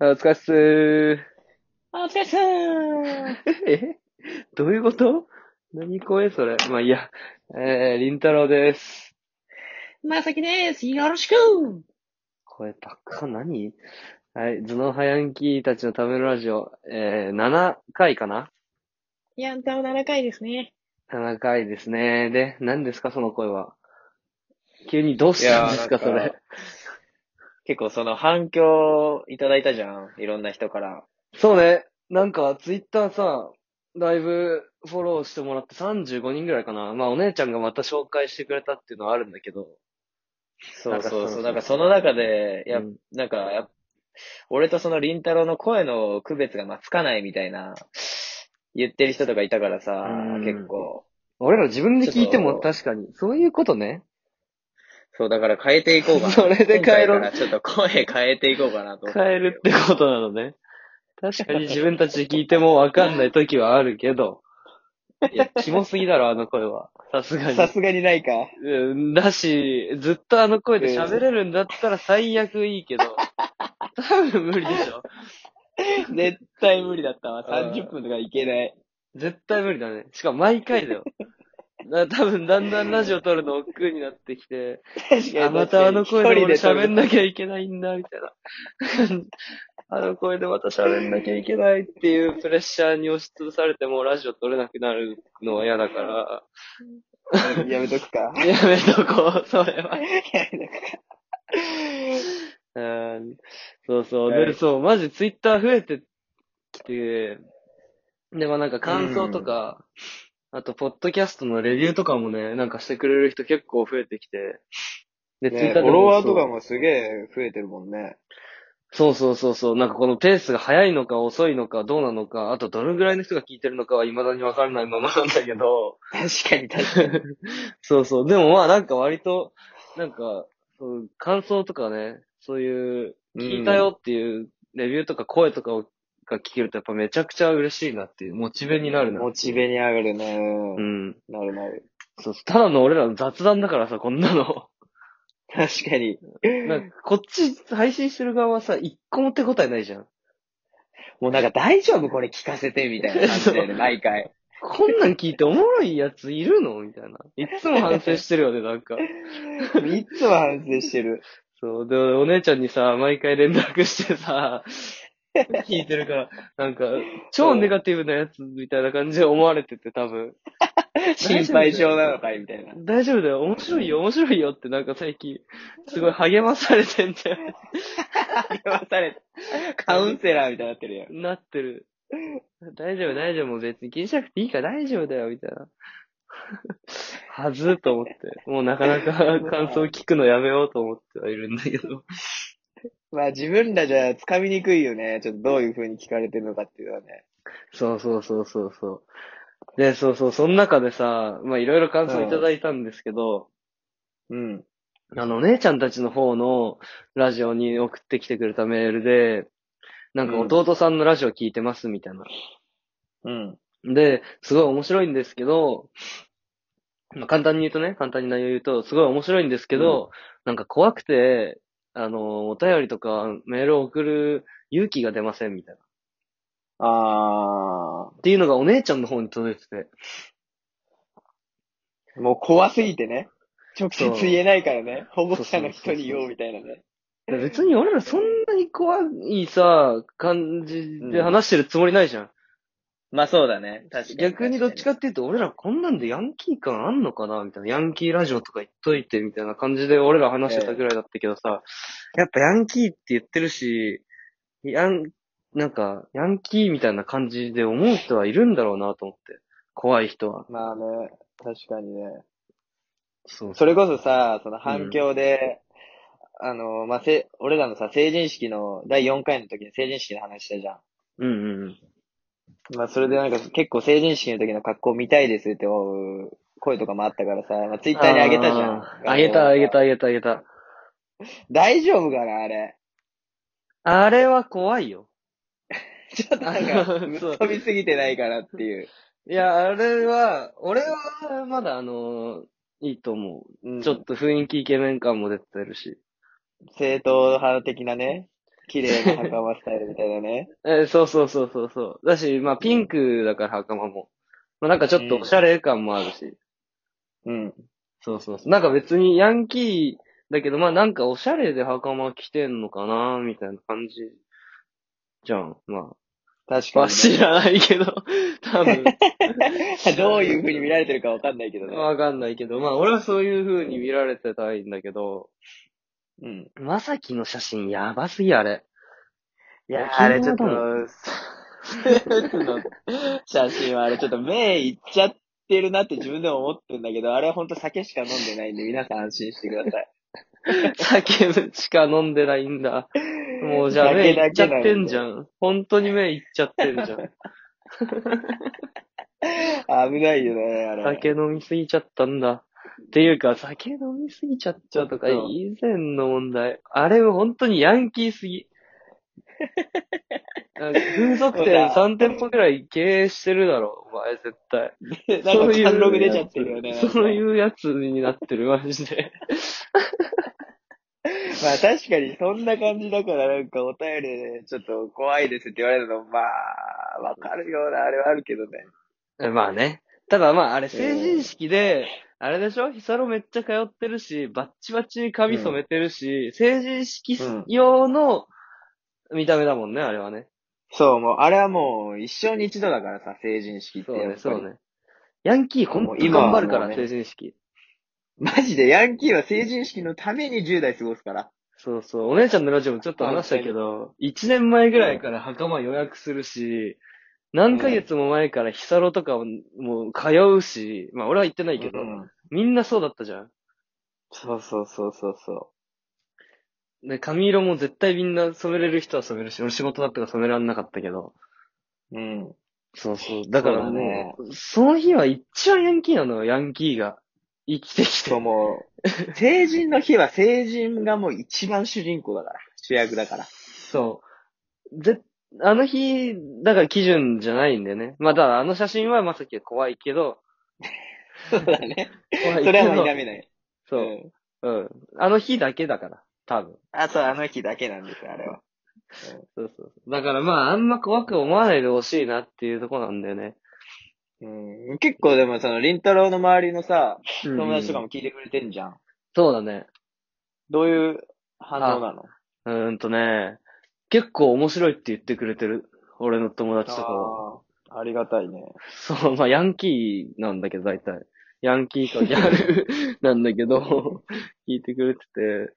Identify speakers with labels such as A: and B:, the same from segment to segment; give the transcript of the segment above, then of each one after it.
A: お疲れっすー。
B: あ、お疲れさーん
A: えどういうこと何声それ。まあ、いいや。えー、りんたろうです。
B: まさきですよろしく
A: 声ばっか、何はい、頭脳早ンキーたちのためのラジオ、えー、7回かな
B: やんたを7回ですね。
A: ?7 回ですね。で、何ですか、その声は。急にどうしたんですか、
C: いやー
A: そ
C: なん
A: れ
C: か。結構その反響いただいたじゃん。いろんな人から。
A: そうね。なんか、ツイッターさ、だいぶフォローしてもらって35人ぐらいかな。まあ、お姉ちゃんがまた紹介してくれたっていうのはあるんだけど。
C: そうそうそう。
A: な
C: なん
A: か
C: んか
A: そ
C: その中で、やっ、なんかやっ、俺とそのりんたろの声の区別がまあつかないみたいな、言ってる人とかいたからさ
A: うん、
C: 結構。
A: 俺ら自分で聞いて
C: ちょ
A: も
C: っと
A: 確かに。そういうことね。
C: そう、だから変えていこうかな。
A: それで変えろ
C: 今回からちょっと声変えていこうか なと。
A: 変えるってことなのね。確かに自分たちで聞いてもわかんない時はあるけど。いや、キモすぎだろ、あの声は。さすがに。
C: すがにないか。
A: うんだし、ずっとあの声で喋れるんだったら最悪いいけど。多分無理でしょ。
C: 絶対無理だったわ
A: 30
C: 分とかいけない。
A: 絶対無理だね。しかも毎回だよ。だ多分だんだんラジオ撮るの億劫になってきて。
C: 確
A: あ、またあの声で俺喋ん
C: ない。
A: なきゃいけないんだ、みたいな。あの声でまた喋んなきゃいけないっていうプレッシャーに押しつぶされてもうラジオ撮れなくなるのは嫌だか
C: やめとくか。
A: ら、やめとこう、それは。
C: やめとく
A: うんそうそう。
C: は
A: で、
C: い
A: そう、マジツイッター増えてきて、で、まあなんか感想とか、あと、ポッドキャストのレビューとかもね、なんかしてくれる人結構増えてきて、で、
C: ね
A: Twitter でも
C: フォロワー
A: そう
C: とかもすげえ増えてるもんね。
A: そうそうそうそう。なんかこのペースが早いのか遅いのかどうなのか、あとどのぐらいの人が聞いてるのかは未だにわからないままなんだけど。
C: 確かに確かに。
A: そうそう。でもまあなんか割と、なんか、そう感想とかね、そういう、聞いたよっていうレビューとか声とかをが聞けるとやっぱめちゃくちゃ嬉しいなっていう、モチベになるな。
C: モチベに上がるね。
A: うん。
C: なるなる。
A: そうそう。ただの俺らの雑談だからさ、こんなの。
C: 確かに。
A: なんかこっち配信してる側はさ、一個も手応えないじゃん。
C: もうなんか大丈夫これ聞かせてみたいな感じ だよね、毎回。
A: こんなん聞いておもろいやついるのみたいな。いつも反省してるよね、なんか。
C: いつも反省してる。
A: そう。で、お姉ちゃんにさ、毎回連絡してさ、聞いてるから、なんか、超ネガティブなやつみたいな感じで思われてて、多分。
C: 心配性なのかいみ たいな。
A: 大丈夫だよ、面白いよ、面白いよってなんか最近、すごい励まされてんだよ。
C: 騙されたカウンセラーみたいになってるやん。
A: なってる。大丈夫、大丈夫、もう別に気にしなくていいから大丈夫だよ、みたいな。はずーと思って。もうなかなか感想聞くのやめようと思ってはいるんだけど。
C: まあ自分らじゃ掴みにくいよね。ちょっとどういう風に聞かれてるのかっていうのはね。
A: そうそうそうそうそう。で、そうそう、その中でさ、まあいろいろ感想いただいたんですけど、
C: うん。
A: あの、お姉ちゃんたちの方のラジオに送ってきてくれたメールで、なんか
C: うん
A: 弟さんのラジオ聞いてますみたいな。
C: うん。
A: で、すごい面白いんですけど、まあ、簡単に言うとね、簡単に内容言うと、すごい面白いんですけど、なんか怖くて、あの、お便りとかメールを送る勇気が出ませんみたいな。
C: あ
A: っていうのがお姉ちゃんの方に届いてて。
C: ー。もう怖すぎてね。直接言えないからね。保護者の人に言おうみたいなね。
A: いや別に俺らそんなに怖いさ、感じで話してるつもりないじゃん。
C: まあそうだね。確かに。
A: 逆にどっちかっていうと、俺らこんなんでヤンキー感あんのかなみたいな。ヤンキーラジオとか言っといて、みたいな感じで俺ら話してたぐらいだったけどさ、やっぱヤンキーって言ってるし、ヤン、なんか、ヤンキーみたいな感じで思う人はいるんだろうなと思って。怖い人は。
C: まあね、確かにね。
A: そう
C: それこそさ、その反響で、あの、まあ、せ、俺らのさ、成人式の、第4回の時に成人式の話したじゃ
A: うんうんうん。
C: ん。まあ、それでなんか結構成人式の時の格好見たいですって思う声とかもあったからさ、まあ、ツイッターにあげたじゃん
A: あ。ーあげた、あげた、。あげた、あげた。
C: 大丈夫かな、あれ。
A: あれは怖いよ。
C: ちょっとなん
A: あ
C: か、
A: のそう
C: 飛びすぎてないからっていう。
A: いや、あれは、俺は、まだあのいいと思う。
C: うん
A: ちょっと雰囲気イケメン感も出てるし。
C: 正当派的なね。綺麗な袴スタイルみたいなね。
A: えーそうそうそうそうそう。だし、まあ、ピンクだから袴も。まあ、なんかちょっとおしゃれ感もあるし。
C: うん。
A: そうそうそう。なんか別にヤンキーだけど、まあなんかおしゃれで袴着てんのかなみたいな感じ。じゃん。ま
C: 確
A: あ。ま
C: か
A: あ知らないけ ど、多分。
C: に。 どういう風に見られてるかわかんないけどね。
A: わかんないけど、まあ俺はそういう風に見られてたいんだけど、
C: うん。
A: まさきの写真やばすぎ、あれ。
C: いや
A: 沖
C: ー、
A: 縄
C: あれちょっと
A: だも、
C: 写真はあれちょっと目いっちゃってるなって自分でも思ってんだけど、あれはほんと酒しか飲んでないんで皆さん安心してください。
A: 酒しか飲んでないんだ。もうじゃあ目
C: 酒
A: い
C: だ
A: っちゃ
C: け
A: っ
C: なんで
A: てんじゃん。本当に目いっちゃってんじゃ ん。
C: 危ないよね、あれ。
A: 酒飲みすぎちゃったんだ。っていうか、酒飲みすぎちゃったとか、
C: ちょっと
A: 以前の問題。あれ本当にヤンキーすぎ。なんか風俗店3店舗くらい経営してるだろ、お前絶対。
C: なんか貫禄出ちゃってるよね。。
A: そういううやつになってる、マジで。
C: まあ確かにそんな感じだからなんかお便りで、ちょっと怖いですって言われるの、まあ、わかるようなあれはあるけどね。
A: えまあね。ただまあ、あれ成人式で、あれでしょヒサロめっちゃ通ってるし、バッチバチに髪染めてるし、成人式
C: うん
A: 用の見た目だもんね、あれはね。
C: そう、もうあれはもう一生に一度だからさ、成人式って
A: そう
C: やっぱ
A: ね、
C: り。
A: そうね。ヤンキー、ほんと
C: もう今は
A: 頑張るか
C: もう
A: ら、
C: ね
A: 成人式。
C: マジでヤンキーは成人式のために10代過ごすから。
A: そうそう。お姉ちゃんのラジオもちょっと話したけど、1年前ぐらいから袴予約するし、何ヶ月も前からヒサロとかももう通うし、まあ俺は行ってないけど、
C: うん
A: みんなそうだったじゃん。
C: そうそうそうそうそ
A: で、髪色も絶対みんな染めれる人は染めるし、俺仕事だったから染めらんなかったけど。
C: う。うん。
A: そうそう。だからも
C: そ
A: う、
C: うだね
A: その日は一番ヤンキーなのよ、ヤンキーが。生きてきて
C: そう、。もう、 成人の日は成人がもう一番主人公だから。主役だから。
A: そう。ぜ、あの日、だから基準じゃないんだよね。まあ、だからあの写真はまさきは怖いけど、
C: そうだね。
A: 怖い
C: それ
A: け
C: はもう
A: ど
C: 否、めない。
A: そう、
C: ん
A: うん。あの日だけだから、多分。
C: あとあの日だけなんですよ、あれは。
A: そうそうそう。だからまあ、あんま怖く思わないでほしいなっていうとこなんだよね。
C: うん、結構でもその、りんたろうの周りのさ、友達とか
A: も。
C: も聞いてくれてんじゃん。
A: そうだね。
C: どういう反応なの
A: うーんとね、結構面白いって言ってくれてる。俺の友達とかは。
C: あーありがたいね。
A: そう、まあ、ヤンキーなんだけど、大体。ヤンキーかギャルなんだけど、聞いてくれてて、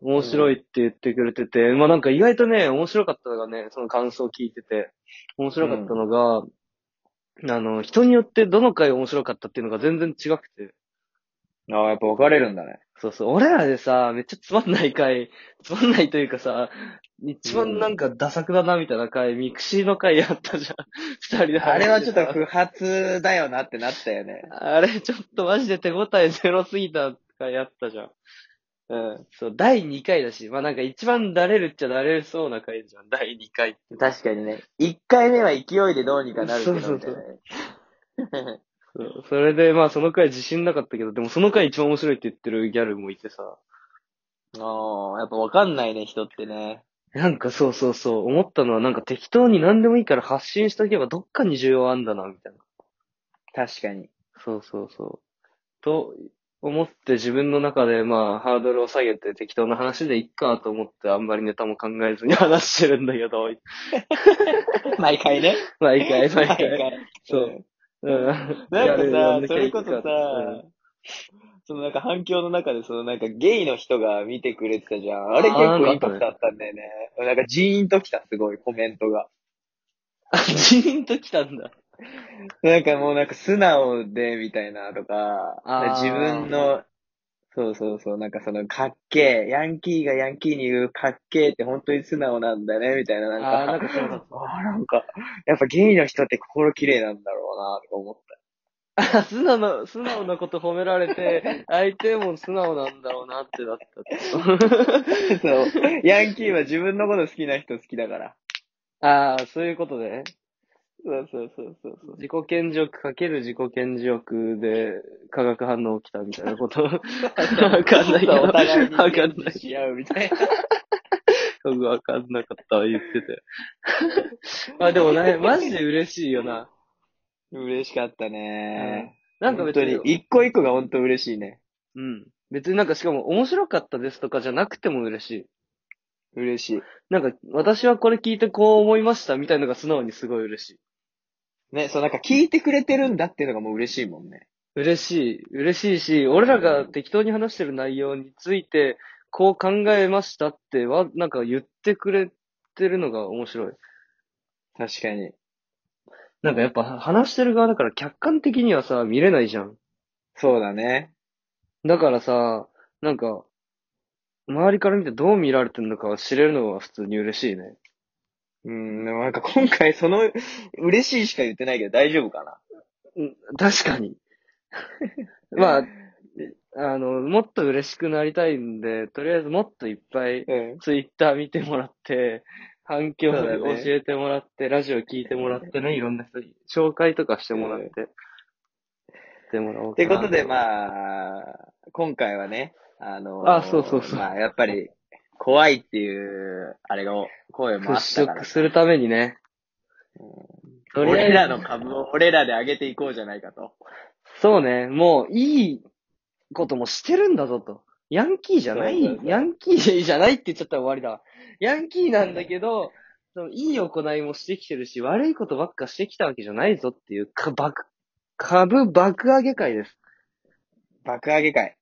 A: 面白いって言ってくれてて、まあなんか意外とね、面白かったのがね、その感想を聞いてて、面白かったのが、あの、人によってどの回面白かったっていうのが全然違くて。
C: ああ、やっぱ分かれるんだね。
A: そうそう、俺らでさ、めっちゃつまんない回、つまんないというかさ、一番なんかダサくだなみたいな回、ミクシーの回やったじゃん。二人で話してた。
C: あれはちょっと不発だよなってなったよね。
A: あれ、ちょっとマジで手応えゼロすぎたかやったじゃん。
C: う
A: そう、第2回だし、まあなんか一番だれるっちゃだれそうな回じゃん、第2回って。
C: ん。確かにね。一回目は勢いでどうにかなるけ
A: そう
C: ど、
A: そう
C: み
A: そ
C: たいうなね。
A: そうそれで、まあその回自信なかったけど、でもその回一番面白いって言ってるギャルもいてさ。
C: ああ、やっぱ分かんないね、人ってね。
A: なんかそうそうそう、思ったのはなんか適当に何でもいいから発信しとけばどっかに需要あんだな、みたいな。
C: 確かに。
A: そうそうそう。と、思って自分の中でまあハードルを下げて適当な話でいっかと思ってあんまりネタも考えずに話してるんだけど、
C: 毎回ね。
A: 毎回毎回。
C: 毎回。
A: そう
C: うん。
A: うん。
C: なんかさ、そ
A: や
C: れ
A: る
C: こそさ、
A: うん
C: そのなんか反響の中で、そのなんかゲイの人が見てくれてたじゃん。あれ結
A: あーなん
C: 構
A: かあ
C: イ
A: っ
C: ン
A: た
C: パ
A: ね
C: クトあったんだよね。なんかジーンときた、すごいコメントが。
A: あ、ジーンと来たんだ。
C: なんかもうなんか素直でみたいなとか、
A: あー
C: 自分の、そうそうそう、なんかそのかっけえ、ヤンキーがヤンキーに言うかっけえって本当に素直なんだねみたいな、なんか、
A: あーなんかそうだっ
C: あーなんか、やっぱゲイの人って心綺麗なんだろうなとか思った。
A: あ素直な、素直なこと褒められて、相手も素直なんだろうなってなったって。
C: そう、ヤンキーは自分のこと好きな人好きだから。
A: ああ、そういうことで、ね。
C: そうそうそうそうそう。
A: 自己顕示欲かける自己顕示欲で化学反応起きたみたい なこと。わかんないけど。
C: お互いに
A: わかんない。
C: し合うみたいな。
A: よくわかんなかったわ、言って て。あ、でもね、マジで嬉しいよな。
C: 嬉しかったね。
A: なんか
C: 本
A: 別
C: 当に
A: に、、
C: 一個一個が本当嬉しいね。
A: うん。別になんかしかも面白かったですとかじゃなくても嬉しい。
C: 嬉しい。
A: なんか、私はこれ聞いてこう思いましたみたいなのが素直にすごい嬉しい。
C: ね、そうなんか聞いてくれてるんだっていうのがもう嬉しいもんね。
A: 嬉しい、嬉しいし、俺らが適当に話してる内容について、こう考えましたっては、なんか言ってくれてるのが面白い。
C: 確かに。
A: なんかやっぱ話してる側だから客観的にはさ、見れないじゃん。
C: そうだね。
A: だからさ、なんか、周りから見てどう見られてるのか知れるのは普通に嬉しいね。
C: うん、でもなんか今回その、嬉しいしか言ってないけど大丈夫かな
A: うん確かに。 まあ、あの、もっと嬉しくなりたいんで、とりあえずもっといっぱい
C: うん。
A: ツイッター見てもらって、反響を
C: そうだよね
A: 教えてもらって、ラジオ聞いてもらってね、いろんな人に紹介とかしてもらって、してもらおう
C: ってことで、
A: あ。
C: まあ、今回はね、あの
A: あそうそうそう
C: まあ、やっぱり、怖いっていう、あれが、声もあった
A: 払
C: から
A: 拭。するためにね。とりあえず
C: 俺らの株を俺らで上げていこうじゃないかと。
A: そうね、もういいこともしてるんだぞと。ヤンキーじゃない
C: そうそうそう
A: ヤンキーじゃないって言っちゃったら終わりだわ。ヤンキーなんだけど、そのいい行いもしてきてるし、悪いことばっかしてきたわけじゃないぞっていう、か、爆、株爆上げ会です。
C: 爆上げ会。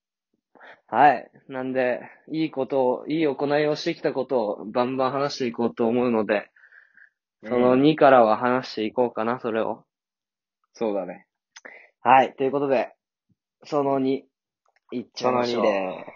A: はい。なんで、いいことを、いい行いをしてきたことをバンバン話していこうと思うので、その
C: うん
A: 2からは話していこうかな、それを。
C: そうだね。
A: はい。ということで、その2、いっち
C: そ
A: ゃい
C: の
A: ましょう。
C: 2で、